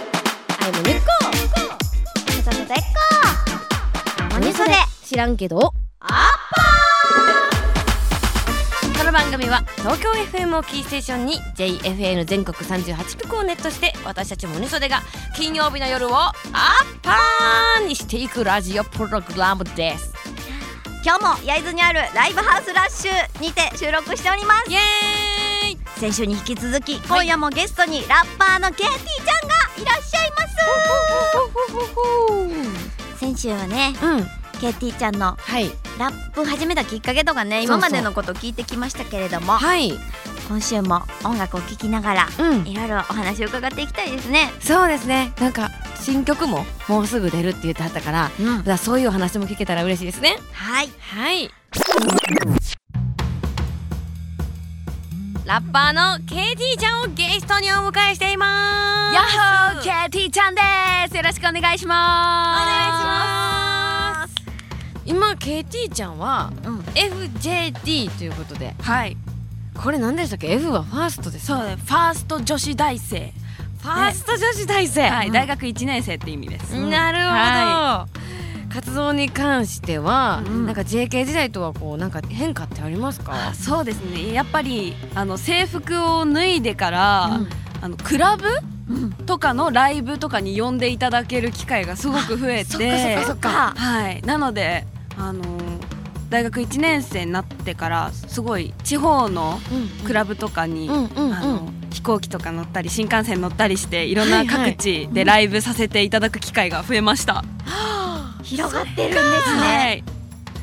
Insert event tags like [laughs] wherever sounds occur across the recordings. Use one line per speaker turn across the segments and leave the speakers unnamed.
の根っこ
そこでっか
何それ知らんけど
この番組は東京 FM をキーステーションに JFN 全国38局をネットして私たちモニソデが金曜日の夜をアッパーにしていくラジオプログラムです
今日も焼津にあるライブハウスラッシュにて収録しております
イエーイ
先週に引き続き今夜もゲストにラッパーのケイティちゃんがいらっしゃいます先週はね
うん
ケイティちゃんの
はい
ラップ始めたきっかけとかね
そうそう
今までのこと聞いてきましたけれども
はい
今週も音楽を聴きながら
うん
いろいろお話を伺っていきたいですね
そうですねなんか新曲ももうすぐ出るって言ってはったから
うん
まあそういうお話も聞けたら嬉しいですね
はい
はいラッパーの KT ちゃんをゲストにお迎えしています
ヤッホーケイティちゃんですよろしくお願いしま
ます今 KT ちゃんは
うん
FJD ということです
はい
これ何でしたっけ F はファーストです
そうですファースト女子大生
ファースト女子大生、
はい大学一年生って意味です
なるほど、
は
活動に関しては、
うん
なんか JK 時代とはこうなんか変化ってありますか
あそうですねやっぱりあの制服を脱いでからあのクラブ
うん
とかのライブとかに呼んでいただける機会がすごく増えて
そっか
はいなのであの大学一年生になってからすごい地方のクラブとかに
うんうん
あ
うん
の飛行機とか乗ったり新幹線乗ったりしていろん
は
ない
はい
各地でライブさせていただく機会が増えました。
広がってるんです
は
ね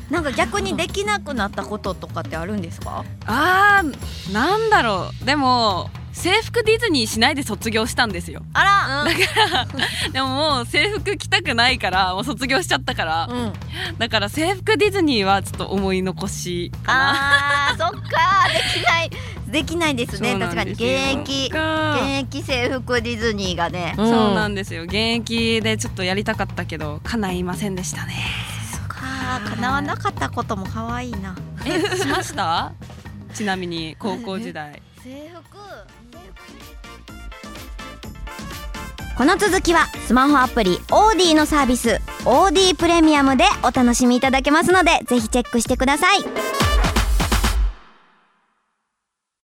い。
なんか逆にできなくなったこととかってあるんですか
あーなんだろうでも制服ディズニーしないで卒業したんですよ。
あら
でももう制服着たくないからもう卒業しちゃったから、
うん
だから制服ディズニーはちょっと思い残しか
あーそっかできないできないですね
そうなん
確
ですよ
かに現役現
か
役制服ディズニーがね
な。そうなんんですよ現役でちょっとやりたかったけど叶いませんでしたね。
か叶わなかったことも可愛いな
えしました？ [laughs] ちなみに高校時代。
制服この続きはスマホアプリ OD のサービス OD プレミアムでお楽しみいただけますのでぜひチェックしてください